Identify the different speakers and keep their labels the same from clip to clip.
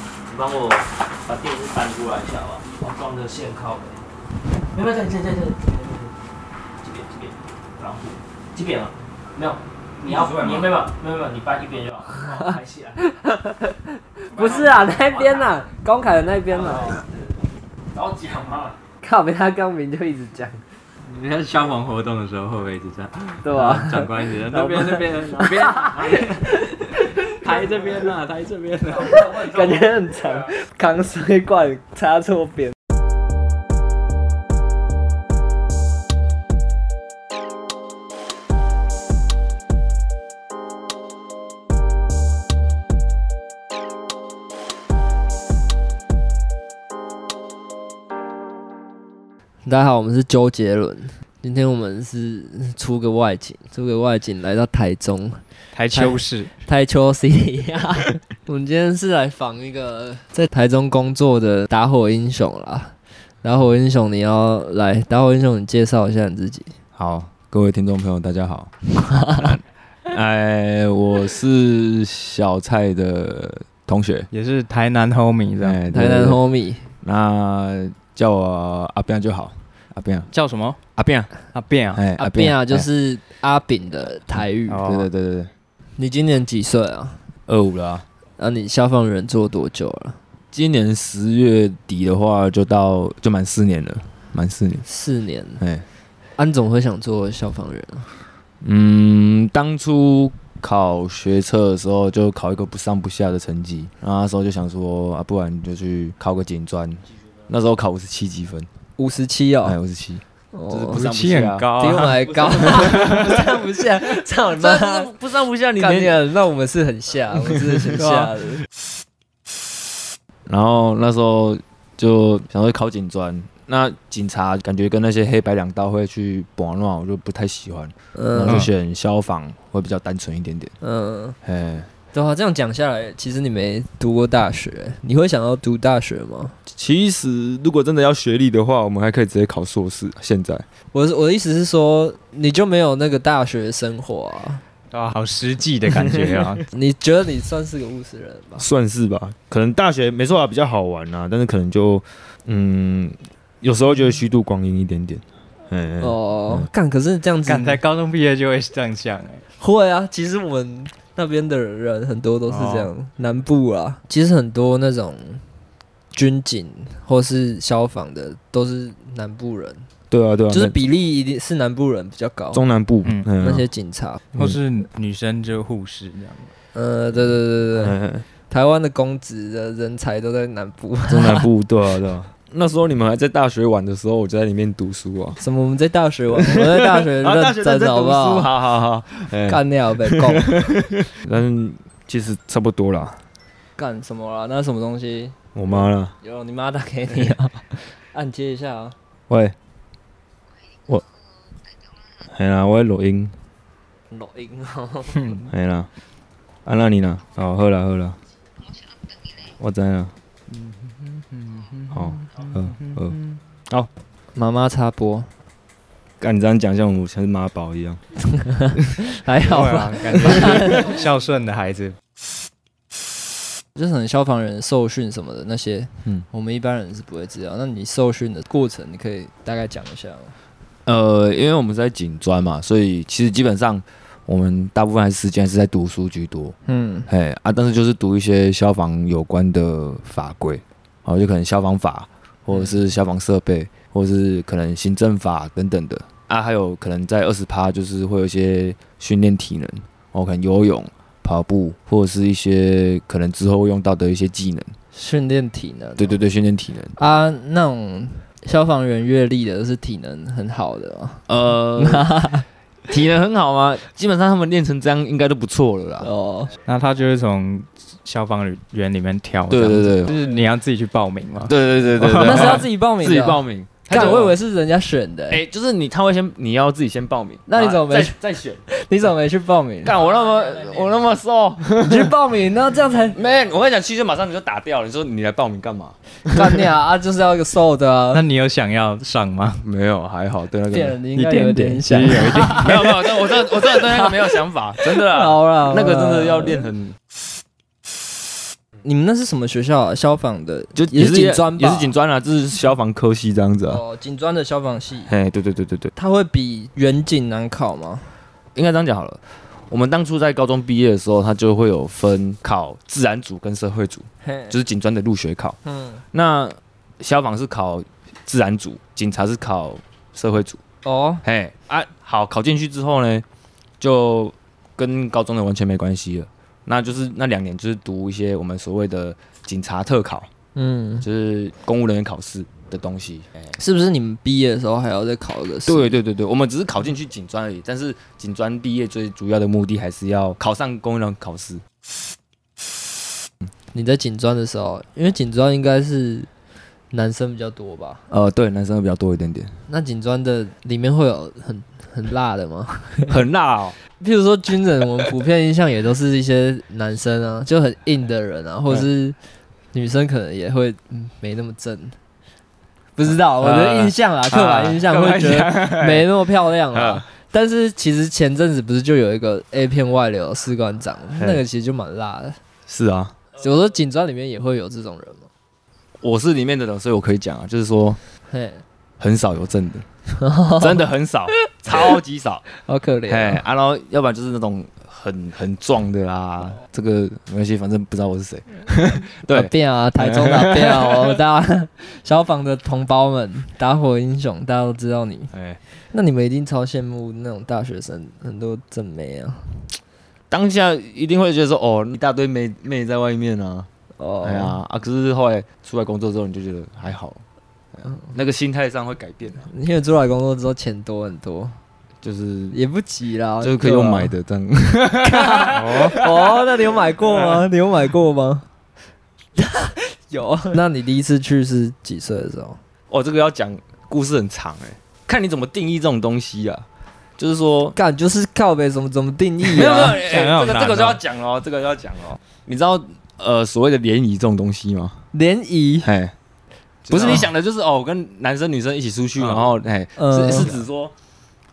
Speaker 1: 你帮我把电视搬出来一下吧，我装个线靠北。没有，没有，这这这这这边这边，然后这边啊，没有，你要
Speaker 2: 你说什么
Speaker 1: 你没有没有没有没有，你搬一边就好，帮我拍起来。
Speaker 3: 不是啊，那边呐、啊，高凯的那边呐、啊，
Speaker 1: 然后讲嘛，
Speaker 3: 靠北他刚明就一直讲，
Speaker 2: 人家消防活动的时候会不会一直这样？
Speaker 3: 对吧、
Speaker 2: 长官一直在那边那边那边，台这边啦，台这边啦。
Speaker 3: 感觉很长，扛水管插错边。大家好，我们是周杰伦。今天我们是出个外景，出个外景来到台中，
Speaker 2: 台
Speaker 3: 秋
Speaker 2: 市，
Speaker 3: 台球 City 啊。我们今天是来访一个在台中工作的打火英雄啦。打火英雄，你要来？打火英雄，你介绍一下你自己。
Speaker 4: 好，各位听众朋友，大 家好。哎，我是小蔡的同学，
Speaker 2: 也是台南 homie 这样。
Speaker 4: 哎，对
Speaker 3: 台南，
Speaker 4: 对对
Speaker 3: homie，
Speaker 4: 那叫我阿变就好，阿变，
Speaker 2: 叫什么？
Speaker 4: 阿变，
Speaker 2: 阿变啊，
Speaker 4: 哎，
Speaker 3: 阿变啊，
Speaker 4: 哎
Speaker 3: 就是阿炳的台语。
Speaker 2: 哦
Speaker 4: 对对对对对，
Speaker 3: 你今年几岁啊？
Speaker 4: 二五了啊，
Speaker 3: 那、你消防员做多久啊了？
Speaker 4: 今年十月底的话，就到就满四年了，满四年，
Speaker 3: 四年。啊
Speaker 4: 哎，
Speaker 3: 安总会想做消防员啊？
Speaker 4: 嗯，当初考学测的时候就考一个不上不下的成绩，然后那时候就想说啊，不然就去考个警专，那时候考五十七积分，
Speaker 3: 五十七哦，
Speaker 4: 哎，五十七，就是
Speaker 3: 哦
Speaker 4: 不上不
Speaker 2: 七
Speaker 4: 下
Speaker 2: 很
Speaker 4: 啊。
Speaker 2: 高
Speaker 3: 比我
Speaker 2: 啊。
Speaker 3: 们还 高，不上不下，操你妈！
Speaker 2: 不上不下，
Speaker 3: 干你啊娘那我们是很下，我们是很下 的。
Speaker 4: 然后那时候就想说考警专，那警察感觉跟那些黑白两道会去玩乱，我就不太喜欢，然后
Speaker 3: 嗯
Speaker 4: 就选消防会比较单纯一点点。
Speaker 3: 嗯，
Speaker 4: 哎，
Speaker 3: 对啊，这样讲下来，其实你没读过大学，你会想要读大学吗？
Speaker 4: 其实如果真的要学历的话，我们还可以直接考硕士。现在
Speaker 3: 我是我的意思是说，你就没有那个大学生活啊？
Speaker 2: 啊，好实际的感觉 啊。
Speaker 3: 你觉得你算是个务实人吧？
Speaker 4: 算是吧，可能大学没错啊，比较好玩啊，但是可能就嗯，有时候觉得虚度光阴一点点。嗯，
Speaker 3: 哦，干，可是这样子
Speaker 2: 敢才高中毕业就会这样想哎。
Speaker 4: 嗯
Speaker 3: 会啊，其实我们那边的人很多都是这样，
Speaker 4: 哦
Speaker 3: 南部啊，其实很多那种军警或是消防的都是南部人，
Speaker 4: 对啊，对啊，
Speaker 3: 就是
Speaker 4: 那
Speaker 3: 比例一定是南部人比较高。
Speaker 4: 中南部
Speaker 2: 嗯
Speaker 3: 那
Speaker 4: 嗯
Speaker 3: 些警察，
Speaker 2: 或是女生就护士 这样。
Speaker 3: 呃，对对对对对，
Speaker 4: 嗯嗯
Speaker 3: 台湾的公职的人才都在南部。
Speaker 4: 中南部，对啊，对啊。那时候你们还在大学玩的时候，我就在里面读书啊。
Speaker 3: 什么？我们在大学玩，我们在啊大 学认真好不好？
Speaker 4: 好好好。哎
Speaker 3: 干掉被供
Speaker 4: 但是其实差不多啦，
Speaker 3: 干什么啦？那什么东西？
Speaker 4: 我妈啦。
Speaker 3: 有你妈打给你 啊！按接一下啊！
Speaker 4: 喂，我，哎啦，我在录音，
Speaker 3: 录音哦。
Speaker 4: 哎啦，啊那你呢？哦，好啦好啦，我知啦。好，嗯嗯，
Speaker 3: 妈妈插播，
Speaker 4: 干你这样讲像我像是妈宝一样。
Speaker 3: 还好
Speaker 2: 对
Speaker 3: 吧？
Speaker 2: 啊，感觉孝顺的孩子。
Speaker 3: 就是很消防员受训什么的那些，嗯
Speaker 4: 嗯，
Speaker 3: 我们一般人是不会知道。那你受训的过程，你可以大概讲一下吗？
Speaker 4: 呃，因为我们是在警专嘛，所以其实基本上我们大部分还是时间还是在读书居多。
Speaker 3: 嗯
Speaker 4: 哎啊，但是就是读一些消防有关的法规，哦，就可能消防法，或者是消防设备，或者是可能行政法等等的啊，还有可能在二十趴就是会有一些训练体能，哦，可能游泳、跑步，或者是一些可能之后会用到的一些技能。
Speaker 3: 训练体能、哦
Speaker 4: 对对对，训练体能。
Speaker 3: 啊，那种消防员阅历的是体能很好的哦嘛？
Speaker 4: 呃，体能很好吗？基本上他们练成这样应该都不错了啦。
Speaker 3: 哦，
Speaker 2: 那他就是从消防员里面挑。
Speaker 4: 对对对
Speaker 2: 这样子就是你要自己去报名嘛。
Speaker 4: 对对对对
Speaker 3: 那
Speaker 4: 对，
Speaker 3: 是要自己报名的，啊
Speaker 4: 自己报名。
Speaker 3: 干，
Speaker 4: 就
Speaker 3: 我以为是人家选的、
Speaker 4: 哎、就是你他会先，你要自己先报名，
Speaker 3: 那你怎么没
Speaker 4: 然后啊再再选？
Speaker 3: 你怎么没去报名？
Speaker 4: 干我那么我那么瘦
Speaker 3: 你去报名，那这样才
Speaker 4: ，man，我跟你讲，去就马上你就打掉了。你说你来报名干嘛？
Speaker 3: 干你啊！啊，就是要一个瘦的啊
Speaker 2: 那，你有想要上吗？
Speaker 4: 没有，还好对那
Speaker 3: 变
Speaker 4: 个
Speaker 3: 人你
Speaker 2: 一
Speaker 3: 应该有
Speaker 2: 点
Speaker 3: 点
Speaker 2: 点，
Speaker 3: 想
Speaker 2: 其。实有一点。
Speaker 4: 没有没有，但我真的我 啊真的对那个没有想法，真的啦，
Speaker 3: 好了，
Speaker 4: 那个真的要练很。
Speaker 3: 你们那是什么学校啊？消防的，
Speaker 4: 就
Speaker 3: 也是警专吧
Speaker 4: 也是警专啊，这是消防科系这样子啊。
Speaker 3: 哦，警专的消防系，
Speaker 4: 嘿，对对对对对，
Speaker 3: 它会比远警难考吗？
Speaker 4: 应该这样讲好了。我们当初在高中毕业的时候，它就会有分考自然组跟社会组，
Speaker 3: 嘿，
Speaker 4: 就是警专的入学考。
Speaker 3: 嗯，
Speaker 4: 那消防是考自然组，警察是考社会组。
Speaker 3: 哦，
Speaker 4: 嘿，啊，好，考进去之后呢，就跟高中的完全没关系了。那就是那两年就是读一些我们所谓的警察特考，
Speaker 3: 嗯，
Speaker 4: 就是公务人员考试的东西。哎
Speaker 3: 是不是你们毕业的时候还要再考一个试？
Speaker 4: 对对对对，我们只是考进去警专而已，但是警专毕业最主要的目的还是要考上公务人员考试。
Speaker 3: 你在警专的时候，因为警专应该是男生比较多吧？
Speaker 4: 呃，对，男生会比较多一点点，
Speaker 3: 那警专的里面会有很很辣的吗？
Speaker 4: 很辣哦。
Speaker 3: 譬如说军人，我们普遍印象也都是一些男生啊，就很硬的人啊，或者是女生可能也会、嗯、没那么正。不知道，我的印象啊，刻板印象
Speaker 4: 啊
Speaker 3: 会觉得没那么漂亮啊
Speaker 4: 啊。
Speaker 3: 但是其实前阵子不是就有一个 A 片外流士官长，那个其实就蛮辣的。
Speaker 4: 是啊，
Speaker 3: 我说警专里面也会有这种人吗？
Speaker 4: 我是里面的人，所以我可以讲啊，就是说
Speaker 3: 嘿，
Speaker 4: 很少有正的， 真的很少，超级少。
Speaker 3: 好可怜、
Speaker 4: 哎
Speaker 3: 啊。，
Speaker 4: 啊，然后要不然就是那种很很壮的啦，这个没关系，反正不知道我是谁。 对
Speaker 3: 打，变啊，台中打变啊，我们大家消防的同胞们，打火英雄，大家都知道你。
Speaker 4: 哎，
Speaker 3: 那你们一定超羡慕那种大学生，很多正妹啊。
Speaker 4: 当下一定会觉得说，哦，一大堆妹妹在外面啊，
Speaker 3: 哦，
Speaker 4: 哎呀啊，可是后来出来工作之后，你就觉得还好，哎呀那个心态上会改变啊的，
Speaker 3: 因为出来工作之后钱多很多，
Speaker 4: 就是
Speaker 3: 也不急啦，
Speaker 4: 就是可以用
Speaker 3: 对啊
Speaker 4: 买。的这样。
Speaker 3: 哦，那你有买过吗？你有买过 吗？
Speaker 4: 啊
Speaker 3: 有。那你第一次去是几岁的时候？
Speaker 4: 哦，这个要讲故事很长哎，看你怎么定义这种东西啊，就是说
Speaker 3: 干就是靠北，怎么怎么定义啊？
Speaker 4: 没有没有，哎
Speaker 2: 想要
Speaker 4: 这个
Speaker 2: 很
Speaker 4: 这
Speaker 2: 难
Speaker 4: 个就
Speaker 2: 哦
Speaker 4: 要讲了哦，这个就要讲了哦。你知道呃所谓的联谊这种东西吗？
Speaker 3: 联谊
Speaker 4: 嘿，不
Speaker 2: 道
Speaker 4: 是你想的，就是哦，我跟男生女生一起出去，
Speaker 2: 嗯
Speaker 4: 然后嘿，
Speaker 3: 嗯
Speaker 4: 是是指说，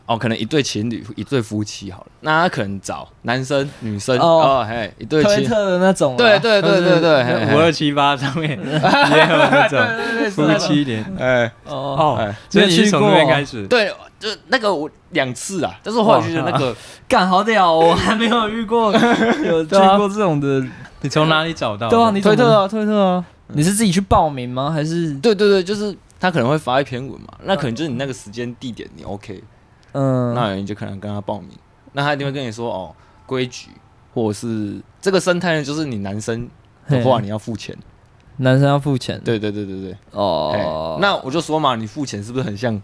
Speaker 4: 哦，可能一对情侣，一对夫妻好了，那他可能找男生女生
Speaker 3: 哦
Speaker 4: 哦，嘿，一对
Speaker 3: 推
Speaker 4: 情，
Speaker 3: 特的那种啊，
Speaker 4: 对对对对对，嘿
Speaker 2: 五
Speaker 4: 嘿
Speaker 2: 二七八上面也有那种夫妻连
Speaker 4: 哎，
Speaker 3: 哦，
Speaker 2: 哦，所以你是从这边开始，
Speaker 4: 对，就那个我两次啊，但是我后来就觉得那个
Speaker 3: 干好屌哦，我还没有遇 过有去
Speaker 2: 对啊
Speaker 3: 过这种的。
Speaker 2: 你从哪里找到的？
Speaker 3: 对啊，你怎么
Speaker 4: 推特啊推特啊，
Speaker 3: 你是自己去报名吗？还是
Speaker 4: 对对对，就是他可能会发一篇文嘛，那可能就是你那个时间地点你 OK，
Speaker 3: 嗯？
Speaker 4: 那你就可能跟他报名，那他一定会跟你说哦规矩，或者是这个生态呢，就是你男生的话
Speaker 3: 嘿
Speaker 4: 你要付钱。
Speaker 3: 男生要付钱，
Speaker 4: 对对对对对。
Speaker 3: 嗯哦
Speaker 4: 哦，，那我就说嘛，你付钱是不是很像？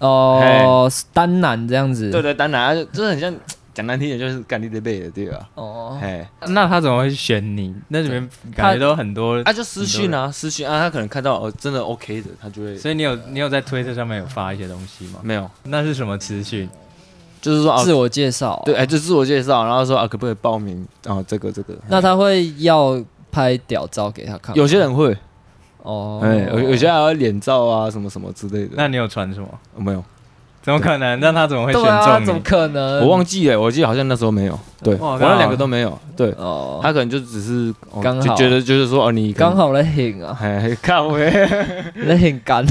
Speaker 3: 哦，单男这样子，
Speaker 4: 对对，当然啊就就是很像，讲难听点就是干你的背的，对吧？
Speaker 3: 哦，
Speaker 4: 哎，
Speaker 2: 那他怎么会选你？那里面感觉都很多，
Speaker 4: 啊就私讯啊，私讯啊，他可能看到哦，真的 OK 的，他就会
Speaker 2: 所以你有你有在推特上面有发一些东西吗？
Speaker 4: 没有，那
Speaker 2: 那是什么资讯？
Speaker 4: 就是说啊
Speaker 3: 哦自，我介绍，
Speaker 4: 对，，哎，就自我介绍，然后说啊，可不可以报名啊？这个这个，
Speaker 3: 那他会要拍屌照给他看吗，
Speaker 4: 有些人会，
Speaker 3: 哦，
Speaker 4: 哎，有有些还要脸照啊，什么什么之类的。
Speaker 2: 那你有传什么？
Speaker 4: 哦没有，
Speaker 2: 怎么可能？那他怎么会选
Speaker 3: 对啊，
Speaker 2: 中
Speaker 3: 怎么
Speaker 2: 你？
Speaker 3: 可能？
Speaker 4: 我忘记了，我记得好像那时候没有，对
Speaker 2: 哇
Speaker 4: 我
Speaker 2: 刚好
Speaker 4: 那两个都没有，对
Speaker 3: 哦，
Speaker 4: 他可能就只是哦
Speaker 3: 刚
Speaker 4: 就
Speaker 3: 好
Speaker 4: 觉得就是说哦，你可能
Speaker 3: 刚，好在很啊，
Speaker 4: 哎，看我。
Speaker 3: 在很干，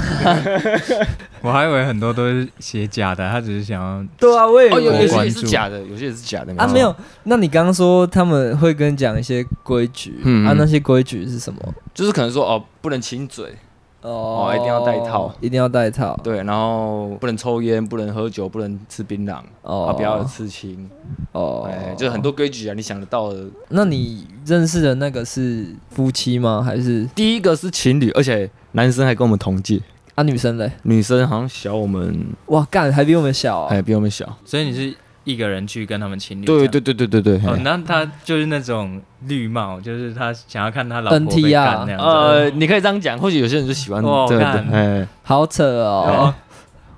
Speaker 2: 我还以为很多都是写假的，他只是想要
Speaker 3: 对啊，我也
Speaker 4: 哦，有有
Speaker 2: 我
Speaker 4: 些
Speaker 2: 关
Speaker 4: 也
Speaker 2: 注
Speaker 4: 是假的，有些也是假的
Speaker 3: 啊，没有，。那你刚刚说他们会跟你讲一些规矩，
Speaker 4: 嗯
Speaker 3: 啊，
Speaker 4: 嗯
Speaker 3: 那些规矩是什么？
Speaker 4: 就是可能说哦，不能亲嘴，
Speaker 3: 哦
Speaker 4: 一定要戴套
Speaker 3: 一定要戴套，
Speaker 4: 对，然后不能抽烟，不能喝酒，不能吃槟榔，啊，
Speaker 3: 哦，
Speaker 4: 不要刺青，
Speaker 3: 哦
Speaker 4: 哎，，就是很多规矩啊，你想得到的。
Speaker 3: 那你认识的那个是夫妻吗？还是
Speaker 4: 第一个是情侣，而且男生还跟我们同届，
Speaker 3: 啊女生嘞？
Speaker 4: 女生好像小我们，
Speaker 3: 哇，干还比我们小、哦。
Speaker 4: 哎，比我们小。
Speaker 2: 所以你是一个人去跟他们情侣？
Speaker 4: 对对。对对对对。
Speaker 2: 哦，
Speaker 4: 嘿
Speaker 2: 那他就是那种绿帽，就是他想要看他老婆
Speaker 3: NT
Speaker 2: 被
Speaker 3: 啊
Speaker 2: 干那样子。嗯
Speaker 4: 呃，你可以这样讲，或许有些人就喜欢
Speaker 2: 哦
Speaker 4: 这个
Speaker 2: 干
Speaker 4: 的，哎，
Speaker 3: 好扯哦
Speaker 4: 啊
Speaker 2: 哦，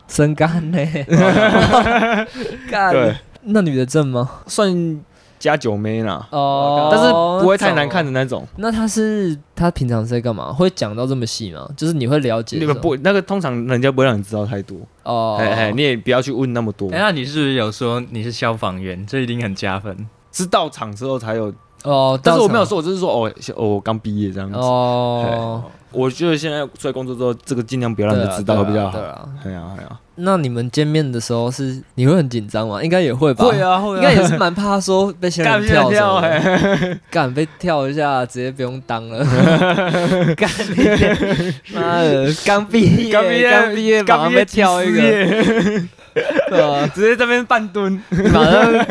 Speaker 3: 身干呢？ 干
Speaker 4: 对，
Speaker 3: 那女的正吗？
Speaker 4: 算加九妹啦，
Speaker 3: 哦，
Speaker 4: 但是不会太难看。的那种。
Speaker 3: 那她是她平常是在干嘛？会讲到这么细吗？就是你会了解
Speaker 4: 你们不，那个通常人家不会让你知道太多，
Speaker 3: 哦？
Speaker 4: 哎哎，你也不要去问那么多
Speaker 2: 哎，。那你是不是有说你是消防员？这一定很加分。
Speaker 4: 是到场之后才有
Speaker 3: 哦，
Speaker 4: 但是
Speaker 3: 当
Speaker 4: 我
Speaker 3: 场
Speaker 4: 没有说，我只是说哦，现哦我刚毕业这样子。
Speaker 3: 哦，
Speaker 4: 我觉得现在出来工作之后，这个尽量不要让
Speaker 3: 对
Speaker 4: 人
Speaker 3: 啊
Speaker 4: 家知道会比较好
Speaker 3: 对。啊。
Speaker 4: 对啊，对啊，
Speaker 3: 那你们见面的时候是你会很紧张吗？应该也会吧？
Speaker 4: 会，啊，会啊，
Speaker 3: 应该也是蛮怕说被仙
Speaker 4: 干
Speaker 3: 人跳
Speaker 4: 跳
Speaker 3: 什
Speaker 4: 跳
Speaker 3: 么的，
Speaker 4: 哎，
Speaker 3: 干被跳一下直接不用当 了，干你妈的，刚毕业，
Speaker 4: 刚毕业
Speaker 3: 刚毕业马
Speaker 4: 刚
Speaker 3: 上
Speaker 4: 毕
Speaker 3: 被
Speaker 4: 业
Speaker 3: 跳一个，
Speaker 4: 个，
Speaker 3: 对啊，
Speaker 4: 直接这边半蹲，
Speaker 3: 马上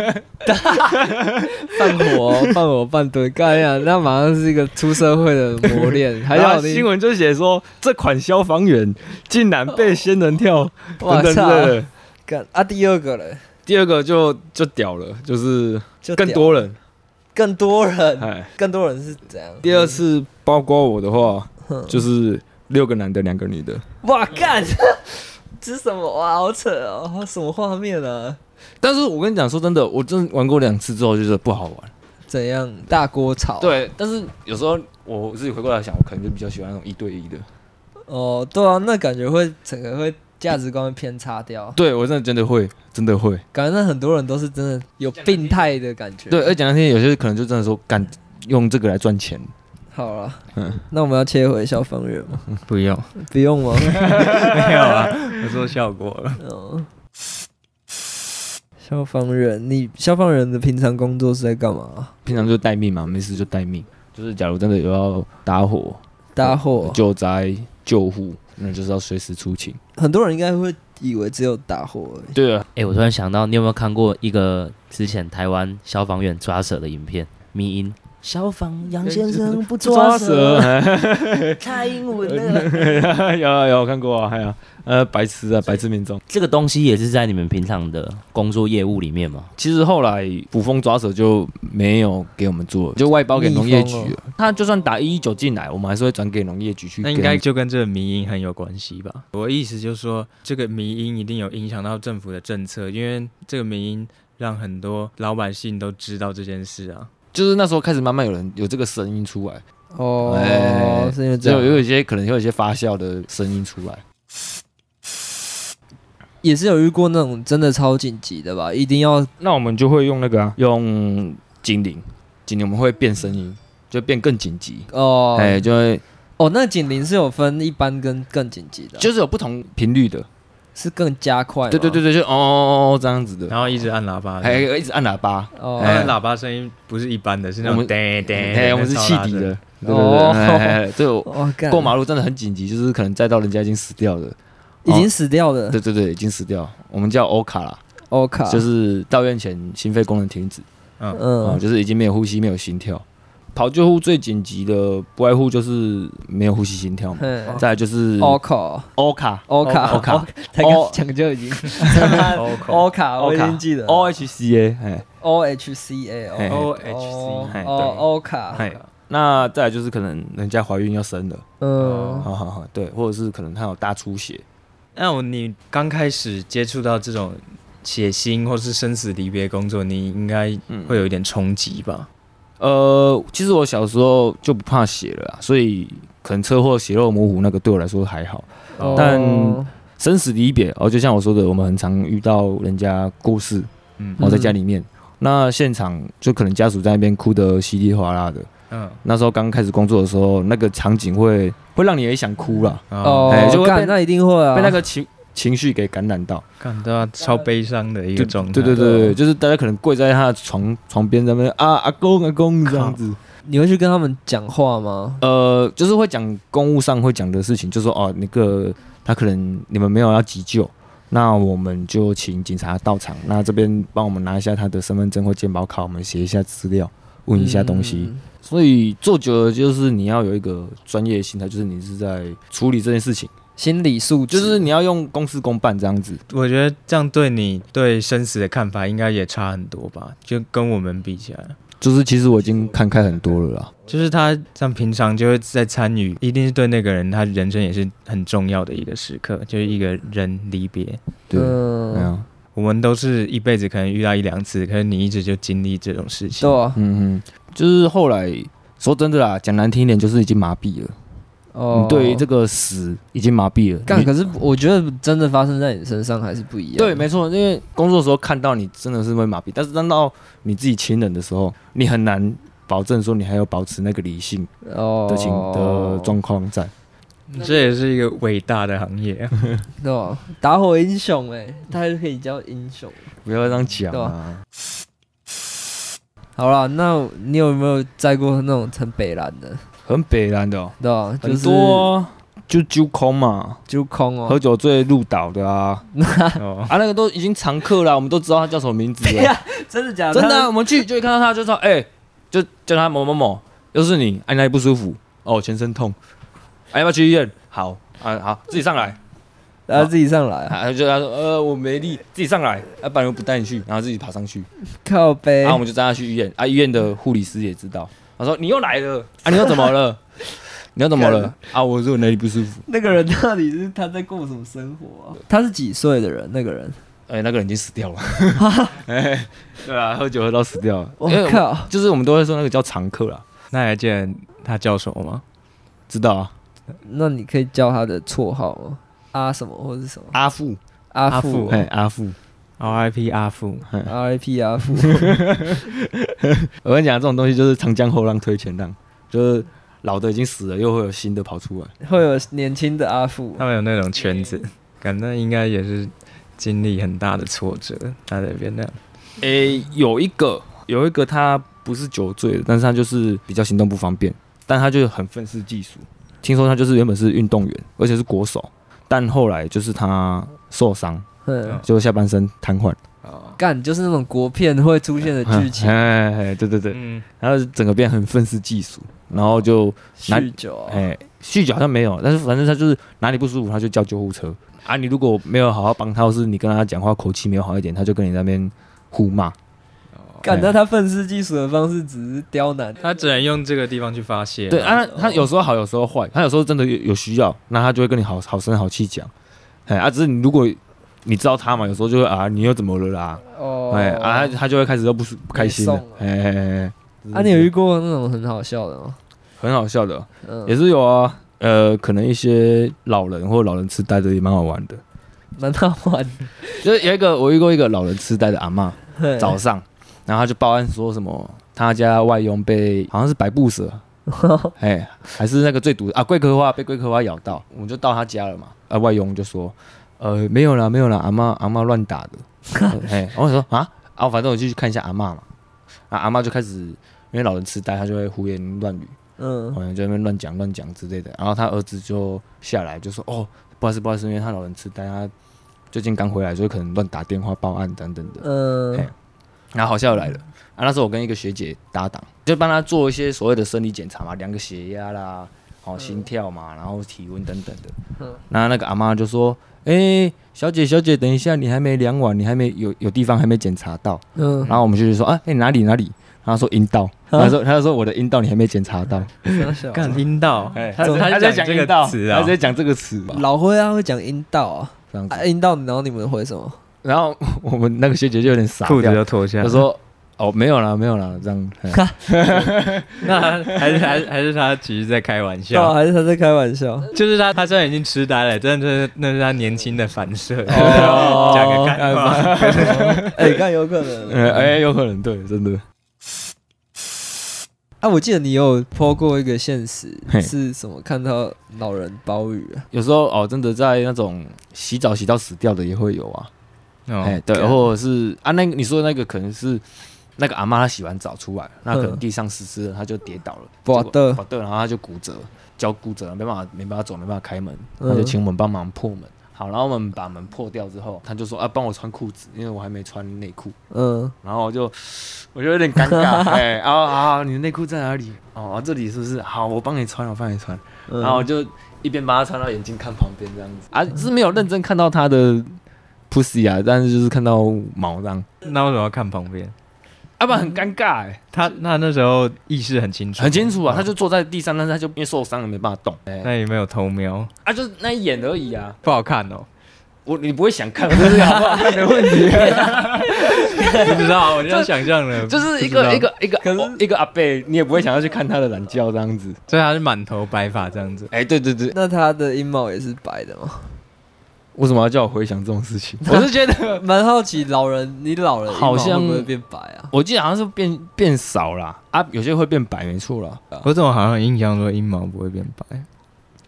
Speaker 3: 放火放火半蹲，干呀，那马上是一个出社会的磨练，还
Speaker 4: 还有
Speaker 3: 要你
Speaker 4: 啊新，闻就写说这款消防员竟然被仙人跳
Speaker 3: 哇
Speaker 4: 等等之
Speaker 3: 操，
Speaker 4: 类的。
Speaker 3: 干啊，第二个嘞，
Speaker 4: 第二个就就屌了，就是
Speaker 3: 就
Speaker 4: 更
Speaker 3: 屌
Speaker 4: 多人，
Speaker 3: 更多人，
Speaker 4: 哎，
Speaker 3: 更多人是怎样？嗯
Speaker 4: 第二次包括我的话，
Speaker 3: 哼
Speaker 4: 就是六个男的，两个女的。
Speaker 3: 哇干， 这是什么哇？好扯哦，什么画面啊？
Speaker 4: 但是我跟你讲，说真的，我真的玩过两次之后，就是不好玩。
Speaker 3: 怎样大锅炒？
Speaker 4: 对，啊但是有时候我自己回过来想，我可能就比较喜欢那种一对一的。
Speaker 3: 哦，对啊，那感觉会整个会价值观会偏差掉，
Speaker 4: 对我真的真的会，真的会。
Speaker 3: 感觉那很多人都是真的有病态的感觉。
Speaker 4: 对，，而且讲那天有些可能就真的说敢用这个来赚钱，
Speaker 3: 好了，
Speaker 4: 嗯
Speaker 3: 那我们要切回消防员吗？
Speaker 2: 不用，
Speaker 3: 不用 吗？
Speaker 2: 没有啊，我说效果了。
Speaker 3: 嗯，消防员，你消防员的平常工作是在干嘛？
Speaker 4: 平常就待命嘛，没事就待命。就是假如真的有要打火、
Speaker 3: 搭货，
Speaker 4: 救灾、救护，那就是要随时出勤。
Speaker 3: 很多人应该会以为只有搭货而已。
Speaker 4: 对啊，
Speaker 5: 哎、我突然想到，你有没有看过一个之前台湾消防员抓蛇的影片？迷音，消防杨先生不抓蛇， 蔡英文那个
Speaker 4: 有啊有啊看过啊，还有呃白痴啊，白痴民众。
Speaker 5: 这个东西也是在你们平常的工作业务里面吗？
Speaker 4: 其实后来捕风抓蛇就没有给我们做，就外包给农业局
Speaker 3: 逆风
Speaker 4: 了。他就算打一一九进来，我们还是会转给农业局去给
Speaker 2: 那
Speaker 4: 他们。
Speaker 2: 应该就跟这个迷因很有关系吧？我意思就是说，这个迷因一定有影响到政府的政策，因为这个迷因让很多老百姓都知道这件事啊。
Speaker 4: 就是那时候开始慢慢有人有这个声音出来，
Speaker 3: 哦，
Speaker 4: 哎
Speaker 3: 是因为这
Speaker 4: 就有
Speaker 3: 样，
Speaker 4: 一些可能会有一些发酵的声音出来。
Speaker 3: 也是有遇过那种真的超紧急的吧？一定要
Speaker 4: 那我们就会用那个、啊、用精灵，精灵我们会变声音，就变更紧急。
Speaker 3: 哦
Speaker 4: 哎、就会
Speaker 3: 哦，那警铃是有分一般跟更紧急的啊，
Speaker 4: 就是有不同频率的，
Speaker 3: 是更加快吗。
Speaker 4: 对对对对，就哦哦哦哦这样子的，
Speaker 2: 然后一直按喇叭，
Speaker 4: 还
Speaker 2: 哎，
Speaker 4: 有一直按喇叭，
Speaker 3: 哦，
Speaker 4: 哎
Speaker 2: 喇叭声音不是一般的，是那
Speaker 4: 我
Speaker 2: 种
Speaker 4: 们
Speaker 2: 噔噔，
Speaker 4: 哎，我们是
Speaker 2: 超
Speaker 4: 汽
Speaker 2: 大
Speaker 4: 笛
Speaker 2: 声
Speaker 4: 的，，对对对，
Speaker 3: 哦
Speaker 4: 哎哎 哎对我
Speaker 3: 哦，干
Speaker 4: 过马路真的很紧急，就是可能载到人家已经死掉了。
Speaker 3: 已经死掉了
Speaker 4: 哦对。对对，已经死掉了。我们叫欧卡啦，
Speaker 3: 哦卡，
Speaker 4: 就是到院前心肺功能停止，
Speaker 2: 嗯，
Speaker 4: 啊、
Speaker 3: 嗯，
Speaker 4: 就是已经没有呼吸，没有心跳。跑救护最紧急的不外乎就是没有呼吸心跳嘛，
Speaker 3: 嗯，
Speaker 4: 再来就是
Speaker 3: 哦卡，
Speaker 4: 欧卡
Speaker 3: 哦卡，
Speaker 4: 欧卡
Speaker 3: 才刚
Speaker 4: 哦
Speaker 3: 讲就已经
Speaker 2: O
Speaker 3: 哦卡，我已经记得
Speaker 4: O H C A 哎，
Speaker 3: O H C A O
Speaker 4: 哦嘿
Speaker 2: O
Speaker 3: 哦
Speaker 2: H
Speaker 4: 哎对
Speaker 3: 哦哦卡，
Speaker 4: 哎，那再来就是可能人家怀孕要生了，
Speaker 3: 嗯，
Speaker 4: 好好好，对，或者是可能他有大出血，
Speaker 2: C。那我你刚开始接触到这种血腥或是生死离别工作，你应该
Speaker 4: 嗯
Speaker 2: 会有一点冲击吧？
Speaker 4: 呃，其实我小时候就不怕血了啦，所以可能车祸血肉模糊那个对我来说还好。
Speaker 3: 哦
Speaker 4: 但生死离别哦，就像我说的，我们很常遇到人家过世，
Speaker 2: 嗯
Speaker 4: 我、在家里面，那现场就可能家属在那边哭得稀里哗啦的。
Speaker 2: 嗯，
Speaker 4: 那时候刚开始工作的时候，那个场景会会让你也想哭啦，
Speaker 2: 哦，
Speaker 4: 哎就
Speaker 3: 哦
Speaker 4: 会，被
Speaker 3: 干那一定会
Speaker 2: 嗯
Speaker 3: 啊，
Speaker 4: 被那个情情绪给感染到。
Speaker 2: 看到超悲伤的一个
Speaker 4: 对
Speaker 2: 状态。
Speaker 4: 对对
Speaker 3: 对
Speaker 4: 对，就是大家可能跪在他的床床边上面啊，阿公阿公这样子。
Speaker 3: 你会去跟他们讲话吗？
Speaker 4: 呃，就是会讲公务上会讲的事情，就说哦，那个他可能你们没有要急救，那我们就请警察到场，那这边帮我们拿一下他的身份证或健保卡，我们写一下资料，问一下东西。
Speaker 3: 嗯，
Speaker 4: 所以做久了，就是你要有一个专业心态，就是你是在处理这件事情，
Speaker 3: 心理素质
Speaker 4: 就是你要用公事公办这样子。
Speaker 2: 我觉得这样对你对生死的看法应该也差很多吧？就跟我们比起来，
Speaker 4: 就是其实我已经看开很多了啦。
Speaker 2: 就是他像平常就会在参与，一定是对那个人他人生也是很重要的一个时刻，就是一个人离别。
Speaker 4: 对，对
Speaker 3: 嗯，
Speaker 4: 啊，
Speaker 2: 我们都是一辈子可能遇到一两次，可是你一直就经历这种事情。
Speaker 3: 对啊，
Speaker 4: 嗯嗯，就是后来说真的啦，讲难听一点，就是已经麻痹了。
Speaker 3: 哦
Speaker 4: 你，对于这个死已经麻痹了。
Speaker 3: 干，
Speaker 4: 你
Speaker 3: 可是我觉得真的发生在你身上还是不一样。
Speaker 4: 对，没错，因为工作的时候看到你真的是会麻痹，但是当到你自己亲人的时候，你很难保证说你还有保持那个理性
Speaker 3: 哦
Speaker 4: 的情的状况在。
Speaker 2: 这也是一个伟大的行 业啊。
Speaker 3: 对吧？打火英雄哎、他就可以叫英雄。
Speaker 4: 不要这样讲
Speaker 3: 对
Speaker 4: 啊！
Speaker 3: 好啦，那你有没有载过那种很北蓝的？
Speaker 4: 很北然的、哦，
Speaker 3: 对吧？就
Speaker 4: 很
Speaker 3: 是
Speaker 4: 多、啊、就揪空嘛，
Speaker 3: 就空哦
Speaker 4: 喝。酒醉入岛的啊
Speaker 2: 哦，
Speaker 4: 啊，那个都已经常客了，我们都知道他叫什么名字
Speaker 3: 对
Speaker 4: 了。
Speaker 3: 呀，真的假的？
Speaker 4: 真的啊、我们去就会看到他，就说：“哎、就叫他某某某，又是你，哎、哪里不舒服？哦，全身痛，哎、要不要去医院？好啊，好，自己上 来。
Speaker 3: 然后自己上来啊，
Speaker 4: 啊，就他说：呃，我没力，自己上来，要、不然我不带你去，然后自己爬上 去。
Speaker 3: 靠背
Speaker 4: 然后我们就带他去医院，啊，医院的护理师也知道，他说：你又来 了，啊，你又怎么了？你又怎么了？啊，我说我哪里不舒服。
Speaker 3: 那个人到底是他在过什么生活、啊？他是几岁的人？那个人，
Speaker 4: 哎、那个人已经死 掉了。哎、对啊，喝酒喝到死掉了。
Speaker 3: 我
Speaker 4: 因为们
Speaker 3: 靠，
Speaker 4: 就是我们都会说那个叫常客啦，
Speaker 2: 那还记得他叫什么吗？
Speaker 4: 知道啊？
Speaker 3: 那你可以叫他的绰号吗？阿什么或者什么？
Speaker 4: 阿富，
Speaker 3: 阿
Speaker 2: 富
Speaker 3: 富
Speaker 4: 哎、阿富。
Speaker 2: RIP 阿富，
Speaker 3: ，RIP 阿富，
Speaker 4: 我跟你讲，这种东西就是长江后浪推前浪，就是老的已经死了，又会有新的跑出来。
Speaker 3: 会有年轻的阿富
Speaker 2: 他。们有那种圈子，感觉应该也是经历很大的挫折，他在那边那样。
Speaker 4: 诶、有一个，有一个他不是酒醉的，但是他就是比较行动不方便，但他就很愤世嫉俗。听说他就是原本是运动员，而且是国手，但后来就是他受伤，
Speaker 3: 嗯，
Speaker 4: 就下半身瘫痪
Speaker 2: 哦，
Speaker 3: 干就是那种国片会出现的剧情，
Speaker 4: 哎 哎，哎对对对，
Speaker 2: 嗯，
Speaker 4: 然后整个变很愤世嫉俗，然后就哪
Speaker 3: 酗酒啊，
Speaker 4: 哎，酗酒好像没有，但是反正他就是哪里不舒服，他就叫救护车啊。你如果没有好好帮他，或是你跟他讲话口气没有好一点，他就跟你在那边互骂。
Speaker 3: 干
Speaker 4: 哎
Speaker 3: 那他愤世嫉俗的方式只是刁难，
Speaker 2: 他只能用这个地方去发泄。
Speaker 4: 对啊，他有时候好，有时候坏，他有时候真的有有需要，那他就会跟你好好声好气讲。哎啊，只是你如果你知道他嘛，有时候就会啊，你又怎么了啦？
Speaker 3: 哦，
Speaker 4: 哎啊，他他就会开始又不舒不开心了
Speaker 3: 送了。
Speaker 4: 哎哎哎，哎
Speaker 3: 啊，你有遇过那种很好笑的吗？
Speaker 4: 很好笑的，哦也
Speaker 3: 嗯，
Speaker 4: 是有啊。呃，可能一些老人或老人痴呆的也蛮好玩的，
Speaker 3: 蛮好玩
Speaker 4: 就是有一个我遇过一个老人痴呆的阿嬷。
Speaker 3: 的，
Speaker 4: 早上，然后他就报案说什么他家外佣被好像是白布蛇，哎，还是那个最毒的啊龟壳花被龟壳花咬到，我们就到他家了嘛，啊外佣就说呃没有啦没有啦，阿妈阿妈乱打的，哎，然后我说啊啊反正我就去看一下阿妈嘛，啊阿妈就开始因为老人痴呆，他就会胡言乱语，
Speaker 3: 嗯，
Speaker 4: 好像在那边乱讲乱讲之类的。然后他儿子就下来就说：“哦，不好意思，不好意思，因为他老人痴呆，他最近刚回来，所以可能乱打电话报案等等的。”
Speaker 3: 嗯
Speaker 4: 哎，然后好笑的来了啊！那时候我跟一个学姐搭档，就帮她做一些所谓的生理检查嘛，量个血压啦，哦心跳嘛，然后体温等等的。
Speaker 3: 嗯
Speaker 4: 那那个阿妈就说：“哎、小姐小姐，等一下，你还没量完，你还没有有地方还没检查到。”
Speaker 3: 嗯，
Speaker 4: 然后我们就去说：“啊，哎、哪里哪里？”然后她说阴道，她说她说我的阴道你还没检查到，
Speaker 3: 很好笑
Speaker 2: 干阴道，
Speaker 4: 她
Speaker 2: 怎么
Speaker 4: 她
Speaker 2: 还
Speaker 4: 在
Speaker 2: 讲这
Speaker 4: 阴
Speaker 2: 个
Speaker 4: 道，
Speaker 2: 词
Speaker 4: 她
Speaker 2: 啊
Speaker 4: 直？接讲这个词吧，
Speaker 3: 老灰啊会讲阴道啊，
Speaker 4: 这样子
Speaker 3: 啊。阴道，然后你们回什么？
Speaker 4: 然后我们那个学姐就有点傻
Speaker 2: 裤子
Speaker 4: 掉，
Speaker 2: 就脱下。
Speaker 4: 她，说：“哦，没有啦，没有啦，这样。嘿”
Speaker 2: 那还是还是还是他其实在开玩
Speaker 3: 对啊，
Speaker 2: 笑，
Speaker 3: 还是他在开玩 笑？
Speaker 2: 就是他他虽然已经痴呆了，但是那是他年轻的反射，
Speaker 3: 哦
Speaker 2: 讲个干话。
Speaker 3: 哎，干有可能。
Speaker 4: 呃，哎、有可能对，真的。
Speaker 3: 啊，我记得你有 po 过一个现实
Speaker 4: 嘿
Speaker 3: 是什么？看到老人包雨啊，
Speaker 4: 有时候哦，真的在那种洗澡洗到死掉的也会有啊，
Speaker 2: 哦
Speaker 4: 哎、对，
Speaker 3: 对啊
Speaker 4: 或者是啊，那个你说的那个可能是那个阿妈她洗完澡出来，那可能地上湿湿的，她就跌倒了，
Speaker 3: 拔的
Speaker 4: 把的，然后她就骨折，脚骨折了，没办法，没办法走，没办法开门，
Speaker 3: 嗯
Speaker 4: 她就请我们帮忙破门。好，然后我们把门破掉之后，她就说啊，帮我穿裤子，因为我还没穿内裤。
Speaker 3: 嗯，
Speaker 4: 然后我就 我就有点尴尬，哎、啊啊，好你的内裤在哪里？哦，这里是不是？好，我帮你穿，我帮你穿。
Speaker 3: 嗯
Speaker 4: 然后我就一边把他穿到眼睛看旁边这样子啊，是没有认真看到他的 pussy 啊，但是就是看到毛这样，
Speaker 2: 那为什么要看旁边？
Speaker 4: 要、不然很尴尬哎、
Speaker 2: 他那那时候意识很清楚，
Speaker 4: 很清楚啊，
Speaker 2: 哦
Speaker 4: 他就坐在地上，但是他就因为受伤了没办法动，哎、
Speaker 2: 那有没有偷瞄？
Speaker 4: 啊，就是那一眼而已啊，
Speaker 2: 不好看哦，
Speaker 4: 我你不会想 看，就是好不好看的问 题，
Speaker 2: 不知道，我就要想象了，
Speaker 4: 就是一
Speaker 2: 不知道
Speaker 4: 个一，个一个哦一个阿贝，你也不会想要去看他的懒觉这样子，
Speaker 2: 所以他是满头白发这样子，
Speaker 4: 哎、对对对，
Speaker 3: 那他的阴毛也是白的吗？
Speaker 4: 为什么要叫我回想这种事情？
Speaker 3: 我是觉得蛮好奇，老人你老了，
Speaker 4: 好像
Speaker 3: 阴毛会不会变白啊？
Speaker 4: 我记得好像是变变少啦，啊，有些会变白，没错啦。
Speaker 2: 我怎么好像印象说阴毛不会变白？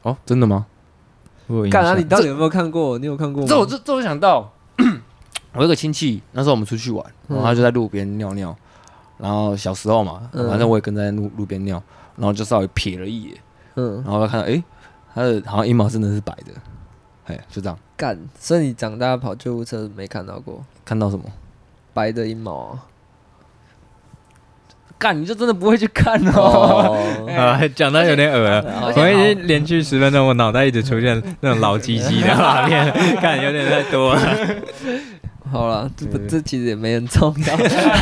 Speaker 4: 哦，真的吗？
Speaker 2: 我有印
Speaker 3: 干
Speaker 2: 象
Speaker 3: 啊！你到底有没有看过？你有看过吗？
Speaker 4: 这我这这我想到，我有个亲戚，那时候我们出去玩，然后他就在路边尿尿，然后小时候嘛，
Speaker 3: 嗯
Speaker 4: 反正我也跟在路路边尿，然后就稍微瞥了一眼，
Speaker 3: 嗯
Speaker 4: 然后看到诶，他的好像阴毛真的是白的，哎，就这样。
Speaker 3: 干，所以你长大跑救护车没看到过
Speaker 4: 看到什么？
Speaker 3: 白的阴毛啊？
Speaker 4: 干，你就真的不会去看哦。
Speaker 3: 哦，
Speaker 2: 啊，讲到有点恶了
Speaker 4: 哎
Speaker 3: 而，且
Speaker 2: 我已经连续十分钟，我脑袋一直出现那种老鸡鸡的画面， 看有点太多了。
Speaker 3: 好了，这不这其实也没很重 要。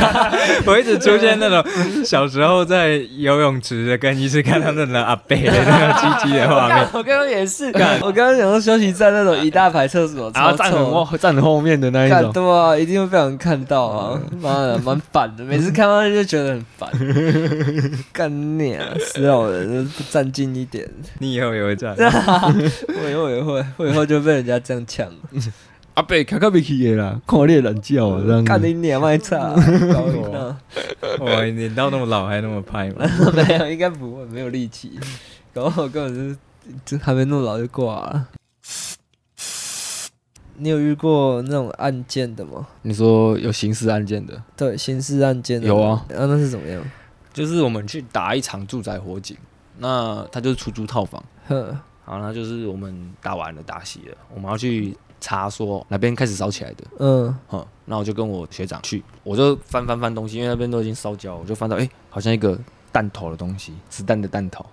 Speaker 2: 我一直出现那种小时候在游泳池的更衣室看到那种阿伯的那种鸡鸡的画面。
Speaker 3: 我刚刚也是，我刚刚想到休息站那种一大排厕所，
Speaker 4: 啊然后
Speaker 3: 超
Speaker 4: 站很
Speaker 3: 臭。
Speaker 4: 后站很后面的那一
Speaker 3: 看
Speaker 4: 种，嗯
Speaker 3: 对啊，一定会被人看到啊！妈的，蛮烦的，每次看到就觉得很 烦。干你啊，死老人，就是不站近一 点。
Speaker 2: 你以后也会这样？
Speaker 3: 我以后也会，我以后就被人家这样抢。
Speaker 4: 阿贝卡卡比奇的啦，看我猎懒觉啊这样子。
Speaker 3: 干你脸卖差，搞晕了。
Speaker 2: 哇，你到那么老还那么拍 吗？
Speaker 3: 没有，应该不会，没有力气。搞不好根本就是就还没弄老就挂了。你有遇过那种案件的吗？
Speaker 4: 你说有刑事案件的，
Speaker 3: 对，刑事案件的
Speaker 4: 有啊
Speaker 3: 吗，啊，那是怎么样？
Speaker 4: 就是我们去打一场住宅火警，那他就是出租套房，
Speaker 3: 哼，
Speaker 4: 好，那就是我们打完了打洗了，我们要去查说哪边开始烧起来的，
Speaker 3: 嗯
Speaker 4: 嗯，那我就跟我学长去，我就翻翻翻东西，因为那边都已经烧焦，我就翻到哎、诶好像一个弹头的东西，子弹的弹头，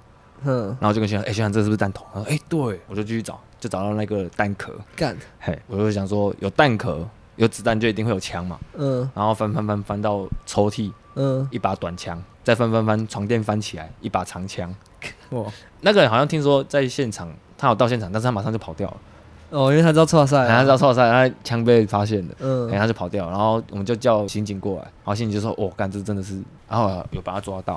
Speaker 3: 哼，
Speaker 4: 然后我就跟学长，哎、学长这是不是弹头？他说哎、诶对，我就继续找，就找到那个弹壳，
Speaker 3: 干，
Speaker 4: 嘿，我就想说有弹壳。有子弹就一定会有枪嘛，
Speaker 3: 嗯
Speaker 4: 然后翻翻翻翻到抽屉，
Speaker 3: 嗯，
Speaker 4: 一把短枪，再翻翻翻床垫翻起来，一把长枪。
Speaker 2: 哇，
Speaker 4: 那个人好像听说在现场，他有到现场，但是他马上就跑掉了，
Speaker 3: 哦，因为他知道错赛，
Speaker 4: 然后他知道错赛，他枪被发现了，然后
Speaker 3: 嗯
Speaker 4: 哎他就跑掉，然后我们就叫刑警过来，然后刑警就说：“哦，干，这真的是，然后有把他抓到，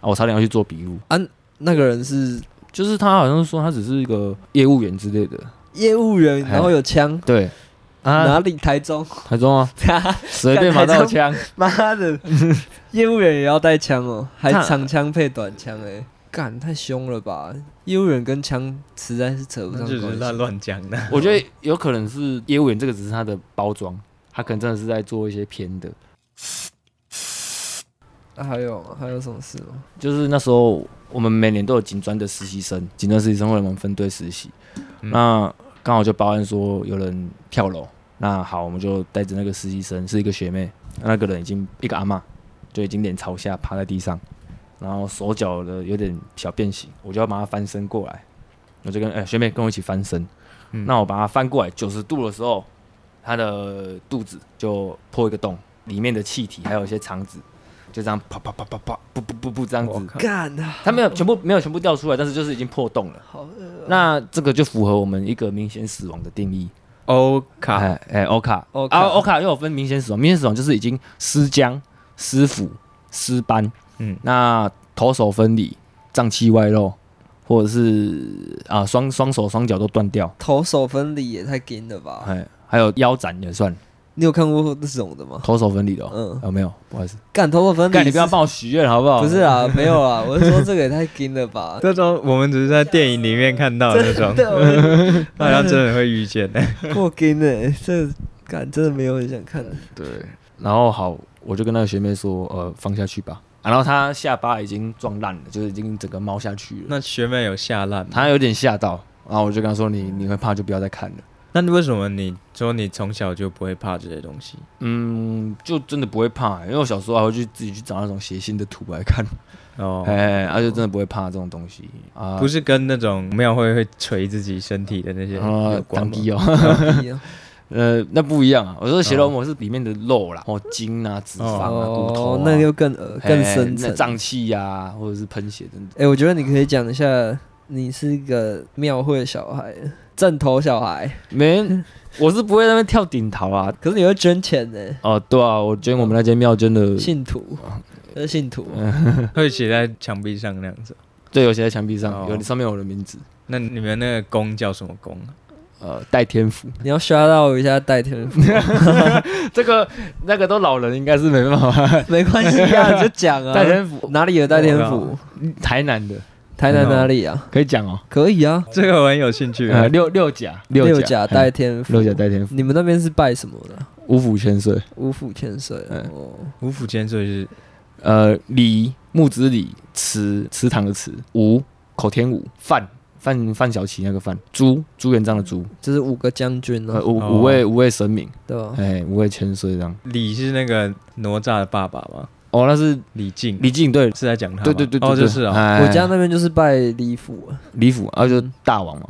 Speaker 4: 啊，我差点要去做笔录，
Speaker 3: 啊，那个人是
Speaker 4: 就是他好像说他只是一个业务员之类的，
Speaker 3: 业务员，然后有枪，
Speaker 4: 对，哎啊，
Speaker 3: 哪里？台中，
Speaker 4: 台中啊，随便拿到枪，
Speaker 3: 妈的，业务员也要带枪哦，还
Speaker 4: 他
Speaker 3: 长枪配短枪哎、干太凶了吧！业务员跟枪实在是扯不上
Speaker 2: 那就是
Speaker 3: 关
Speaker 2: 乱
Speaker 3: 系。
Speaker 2: 乱讲的。
Speaker 4: 我觉得有可能是业务员这个只是他的包装，他可能真的是在做一些偏的，
Speaker 3: 啊、还有还有什么事 吗？
Speaker 4: 就是那时候我们每年都有警专的实习生，警专实习生会来我们分队实习，
Speaker 2: 嗯
Speaker 4: 那刚好就报案说有人跳楼，那好，我们就带着那个实习生是一个学妹，那个人已经一个阿嬷，就已经脸朝下趴在地上，然后手脚的有点小变形，我就要把她翻身过来，我就跟哎、学妹跟我一起翻身，
Speaker 2: 嗯
Speaker 4: 那我把她翻过来九十度的时候，她的肚子就破一个洞，里面的气体还有一些肠子。就这样啪啪啪啪啪，不不不不这样
Speaker 2: 我
Speaker 4: 子，
Speaker 2: 靠，
Speaker 3: 干啊，
Speaker 4: 它没有全部没有全部掉出来，但是就是已经破洞了。
Speaker 3: 好饿、啊。
Speaker 4: 那这个就符合我们一个明显死亡的定义。
Speaker 2: 欧卡
Speaker 3: 啊
Speaker 4: 哎哎，欧卡
Speaker 3: 欧卡
Speaker 4: 啊，欧卡又有分明显死亡，明显死亡就是已经尸僵、尸腐、尸斑，
Speaker 2: 嗯！
Speaker 4: 嗯，那头手分离、脏器外露，或者是啊双双手双脚都断掉，
Speaker 3: 头手分离也太硬了吧！
Speaker 4: 哎，还有腰斩也算
Speaker 3: 你有看过这种的吗？
Speaker 4: 头手分离的、哦，
Speaker 3: 嗯，
Speaker 4: 有没有？不好意思，
Speaker 3: 干头手分
Speaker 4: 干
Speaker 3: 离
Speaker 4: 你不要
Speaker 3: 是
Speaker 4: 帮我许愿好不好？
Speaker 3: 不是啊，没有 啊，我是说这个也太硬了吧
Speaker 2: 这种我们只是在电影里面看到的那种
Speaker 3: 真，的，我
Speaker 2: 好像真的会遇见 的。
Speaker 3: 过硬了、欸，这干真的没有很想看。
Speaker 4: 对，然后好，我就跟那个学妹说，呃，放下去吧。啊然后她下巴已经撞烂了，就是已经整个猫下去了。
Speaker 2: 那学妹有下烂吗？
Speaker 4: 她有点吓到，然后我就跟她说，你你会怕就不要再看了。
Speaker 2: 那你为什么你说你从小就不会怕这些东西？
Speaker 4: 嗯，就真的不会怕、因为我小时候还会去自己去找那种邪性的图来 看，
Speaker 2: 哦，
Speaker 4: 哎、啊，就真的不会怕这种东西啊。
Speaker 2: 不是跟那种庙会会捶自己身体的那些
Speaker 4: 啊
Speaker 2: 有，关
Speaker 4: 当
Speaker 2: 吗？
Speaker 4: 机哦，
Speaker 3: 不一样
Speaker 4: 呃，那不一样啊。我说血肉模是里面的肉啦，哦，筋啊、脂肪啊、骨头、
Speaker 3: 哦
Speaker 4: 啊，，
Speaker 3: 那又更恶
Speaker 4: 哎
Speaker 3: 更深
Speaker 4: 那
Speaker 3: 层。
Speaker 4: 胀气呀，或者是喷血等等。
Speaker 3: 哎、我觉得你可以讲一下，你是一个庙会小孩，正头小孩，
Speaker 4: 没，我是不会在那边跳顶桃啊。
Speaker 3: 可是你会捐钱呢，
Speaker 4: 哦，对啊，我捐我们那间庙捐的，
Speaker 3: 信徒，
Speaker 4: 哦
Speaker 3: 这是信徒。
Speaker 2: 会写在墙壁上那样子。
Speaker 4: 对，有写在墙壁上，
Speaker 2: 哦
Speaker 4: 有上面有我的名字。
Speaker 2: 那你们那个宫叫什么宫啊？
Speaker 4: 呃戴天福，
Speaker 3: 你要 shout out 一下戴天福，
Speaker 4: 这个那个都老人应该是没办法。
Speaker 3: 没关系啊，你就讲啊。
Speaker 4: 戴天福，
Speaker 3: 哪里有戴天
Speaker 4: 我
Speaker 3: 福？
Speaker 4: 台南的
Speaker 3: 台南哪里啊？
Speaker 4: 可以讲哦，
Speaker 3: 可以啊，
Speaker 2: 这个我很有兴趣啊。
Speaker 4: 呃六六甲
Speaker 3: 六甲
Speaker 4: 甲
Speaker 3: 戴天福。
Speaker 4: 六甲戴天福，
Speaker 3: 你们那边是拜什么的？
Speaker 4: 五府千岁，
Speaker 3: 五府千岁
Speaker 4: 哎
Speaker 3: 哦，
Speaker 2: 五府间就是
Speaker 4: 呃李木子李祠祠堂的祠，吴口天吴范范范小琪那个范，朱朱元璋的朱，
Speaker 3: 就是五个将军
Speaker 4: 呃
Speaker 3: 啊，
Speaker 4: 五
Speaker 2: 哦
Speaker 4: 五位五位神明，
Speaker 3: 对吧？
Speaker 4: 哎五位千岁这样。
Speaker 2: 李是那个哪吒的爸爸嘛，
Speaker 4: 哦，那是
Speaker 2: 李靖，
Speaker 4: 李靖对。
Speaker 2: 是在讲他吗，
Speaker 4: 对对对对，
Speaker 2: 哦，
Speaker 4: 对
Speaker 2: 就是啊，
Speaker 4: 哎
Speaker 3: 我家那边就是拜李府啊，
Speaker 4: 李府，啊就是大王嘛。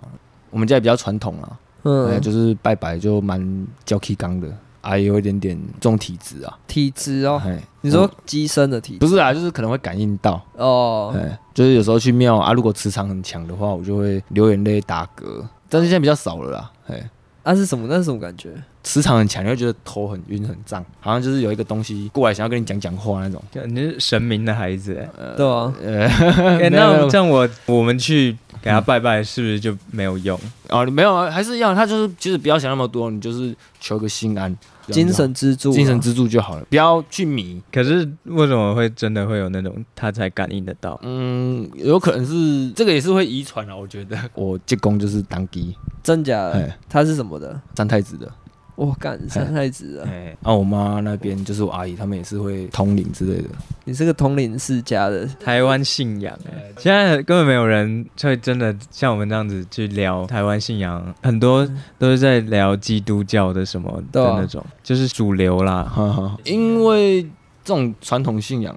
Speaker 4: 我们家也比较传统啦，哎
Speaker 3: 嗯，
Speaker 4: 就是拜拜就蛮叫 K 刚的，啊也有一点点重体质啊。
Speaker 3: 体质哦，
Speaker 4: 哎，
Speaker 3: 你说
Speaker 4: 我
Speaker 3: 机身的体质
Speaker 4: 不是啊，就是可能会感应到，
Speaker 3: 哦，
Speaker 4: 哎，就是有时候去庙啊，如果磁场很强的话，我就会流眼泪、打嗝，但是现在比较少了啦，哎。
Speaker 3: 那是什么？那是什么感觉？
Speaker 4: 磁场很强，你会觉得头很晕、很胀，好像就是有一个东西过来想要跟你讲讲话那种。
Speaker 2: 你是神明的孩子哎。
Speaker 3: 对啊，
Speaker 4: 呃，
Speaker 2: 哎，
Speaker 4: 没有没
Speaker 2: 那
Speaker 4: 有嗯
Speaker 2: 这样我我们去给他拜拜，是不是就没有用？
Speaker 4: 哦，你没有，啊，还是一样，他就是其实不要想那么多，你就是求个心安，这样就好
Speaker 3: 精神支柱啊，
Speaker 4: 精神支柱就好了，不要去迷。
Speaker 2: 可是为什么会真的会有那种他才感应得到？
Speaker 4: 嗯，有可能是这个也是会遗传啊，我觉得。我济公就是当机
Speaker 3: 真假的
Speaker 4: 哎？
Speaker 3: 他是什么的？
Speaker 4: 三太子的，
Speaker 3: 我干三太子啊！
Speaker 4: 哎，啊，我妈那边就是我阿姨，他们也是会通灵之类的。
Speaker 3: 你是个通灵世家的，
Speaker 2: 台湾信仰、哎，现在根本没有人会真的像我们这样子去聊台湾信仰，很多都是在聊基督教的什么
Speaker 3: 对
Speaker 2: 的
Speaker 3: 啊
Speaker 2: 那种，就是主流啦。
Speaker 4: 哈哈，因为这种传统信仰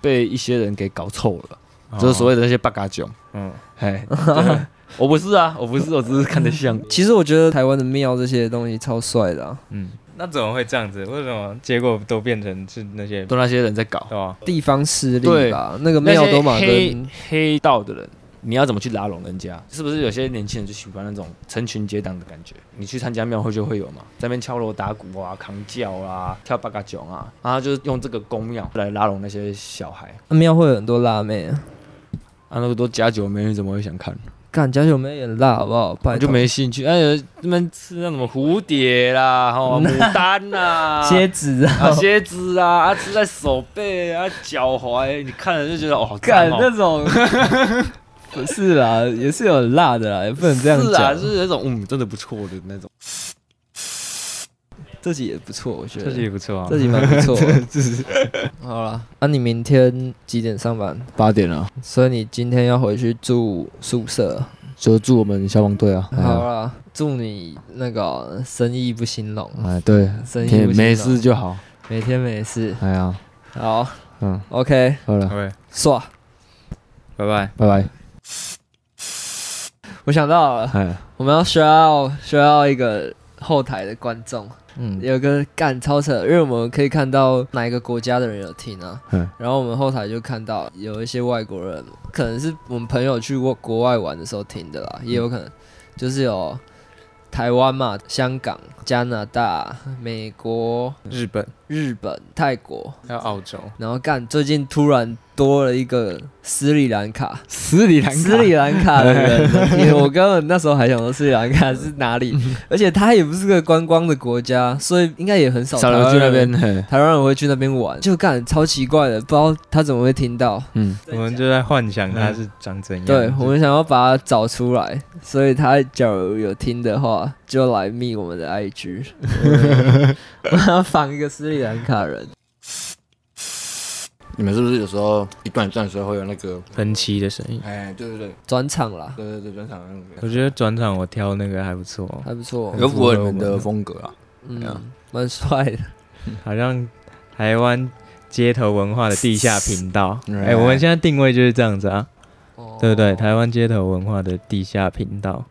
Speaker 4: 被一些人给搞臭了，就是所
Speaker 2: 谓
Speaker 4: 谓的那些八嘎囧。
Speaker 2: 嗯，
Speaker 4: 哎， 对我不是啊，我不是，我只是看得 像。
Speaker 3: 其实我觉得台湾的庙这些东西超帅的、啊，
Speaker 2: 嗯，那怎么会这样子？为什么结果都变成是那些对
Speaker 4: 都那些人在搞，
Speaker 2: 吧？
Speaker 3: 地方势力
Speaker 4: 呃对
Speaker 3: 吧，那个
Speaker 4: 那
Speaker 3: 庙
Speaker 4: 些
Speaker 3: 都嘛
Speaker 4: 黑
Speaker 3: 跟
Speaker 4: 黑道的人，你要怎么去拉拢人家？是不是有些年轻人就喜欢那种成群结党的感觉？你去参加庙会就会有嘛，在那边敲锣打鼓啊、扛轿啊、跳八嘎囧啊，然后就是用这个公庙来拉拢那些小孩。
Speaker 3: 庙会有很多辣妹、啊，
Speaker 4: 啊，那个都假酒美女怎么会想看？
Speaker 3: 干假酒妹也很辣好不好？拜
Speaker 4: 我
Speaker 3: 托
Speaker 4: 就没兴趣。哎有他们吃那什么蝴蝶啦、哦牡丹啦、
Speaker 3: 蝎子啊，
Speaker 4: 啊，蝎子啊，啊，吃在手背啊、脚踝，你看了就觉得哦，好
Speaker 3: 干
Speaker 4: 干
Speaker 3: 那
Speaker 4: 哦。
Speaker 3: 种 不是啦，也是有很辣的啦，也不能这样
Speaker 4: 是
Speaker 3: 讲。
Speaker 4: 啊，就是那种嗯，真的不错的那种。
Speaker 3: 这集也不错，我觉
Speaker 2: 这
Speaker 3: 得
Speaker 2: 集也不错啊
Speaker 3: 这。集蛮不 错的。好了，那、你明天几点上班？
Speaker 4: 八点了，
Speaker 3: 所以你今天要回去住宿舍。
Speaker 4: 就祝我们消防队啊，
Speaker 3: 好啦，祝你那个生意不兴隆，
Speaker 4: 哎，对，
Speaker 3: 生意
Speaker 4: 天
Speaker 3: 不兴隆
Speaker 4: 没事，就好。
Speaker 3: 每天没事。
Speaker 4: 哎呀，
Speaker 3: 好，
Speaker 4: 嗯，
Speaker 3: OK，
Speaker 4: 好了，
Speaker 2: 啊 OK，
Speaker 3: 刷，
Speaker 2: 拜拜。
Speaker 4: 拜拜。
Speaker 3: 我想到了，
Speaker 4: 哎，
Speaker 3: 我们要需要需要一个后台的观众，
Speaker 4: 嗯，
Speaker 3: 有个干超扯，因为我们可以看到哪一个国家的人有听啊
Speaker 4: 嗯，
Speaker 3: 然后我们后台就看到有一些外国人，可能是我们朋友去过国外玩的时候听的啦，也有可能就是有台湾嘛、香港、加拿大、美国、
Speaker 2: 日本
Speaker 3: 日本、泰国，
Speaker 2: 还有澳洲，
Speaker 3: 然后干最近突然多了一个斯里兰卡，
Speaker 4: 斯里兰
Speaker 3: 斯里兰卡的 人，因为我根本那时候还想说斯里兰卡是哪里，
Speaker 4: 嗯
Speaker 3: 而且它也不是个观光的国家，所以应该也很少
Speaker 4: 少
Speaker 3: 台
Speaker 4: 了
Speaker 3: 湾
Speaker 4: 去那边，哎嘿，
Speaker 3: 台湾人会去那边玩，就干超奇怪的，不知道他怎么会听到。
Speaker 4: 嗯，
Speaker 2: 我们就在幻想它是长怎样。
Speaker 3: 对我们想要把它找出来，所以他假如有听的话，就来密我们的 IG，我们要仿一个斯里兰卡人。
Speaker 6: 你们是不是有时候一段一段的时候会有那个？
Speaker 2: 喷漆的声音。
Speaker 6: 哎，对对对
Speaker 3: 转场啦，
Speaker 6: 对对对，转场的那
Speaker 2: 我
Speaker 6: 个，
Speaker 2: 觉得转场我挑那个还不错哦，
Speaker 3: 还不错，
Speaker 6: 有符合你们的风格啊。
Speaker 3: 嗯，蛮帅的。
Speaker 2: 好像台湾街头文化的地下频 道。
Speaker 6: 嗯
Speaker 2: 哎、我们现在定位就是这样子啊，
Speaker 3: 哦
Speaker 2: 对不对？台湾街头文化的地下频道，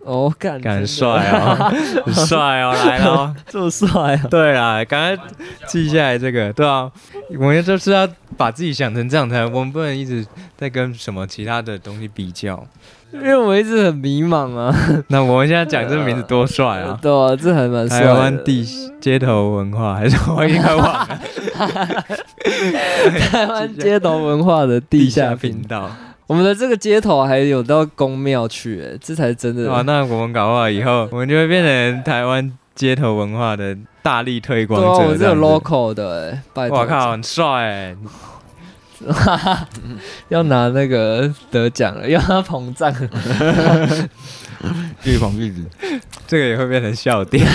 Speaker 3: 哦，干，
Speaker 2: 很
Speaker 3: 真的啊
Speaker 2: 帅哦，很帅哦，来喽！
Speaker 3: 这么帅啊！
Speaker 2: 对啦，赶快记下来这个，对啊，我们就是要把自己想成这样才，我们不能一直在跟什么其他的东西比较。
Speaker 3: 因为我一直很迷茫啊，
Speaker 2: 那我们现在讲这个名字多 帅啊！
Speaker 3: 对啊，这还蛮帅
Speaker 2: 台
Speaker 3: 的。
Speaker 2: 湾 地街头文化还是我应该忘了
Speaker 3: 台湾街头文化的地
Speaker 2: 地
Speaker 3: 下
Speaker 2: 下
Speaker 3: 频
Speaker 2: 频
Speaker 3: 道，
Speaker 2: 道，
Speaker 3: 我们的这个街头还有到宫庙去、欸，这才是真的。
Speaker 2: 哇，啊那我们搞不好以后，我们就会变成台湾街头文化的大力推广
Speaker 3: 对啊，我
Speaker 2: 者。
Speaker 3: 们
Speaker 2: 这
Speaker 3: 这
Speaker 2: 样
Speaker 3: 有
Speaker 2: 子
Speaker 3: local 的、欸，拜托。
Speaker 2: 哇靠，很帅欸！
Speaker 3: 要拿那个得奖了，要他膨胀。
Speaker 6: 地方地址。
Speaker 2: 这个也会变成笑点。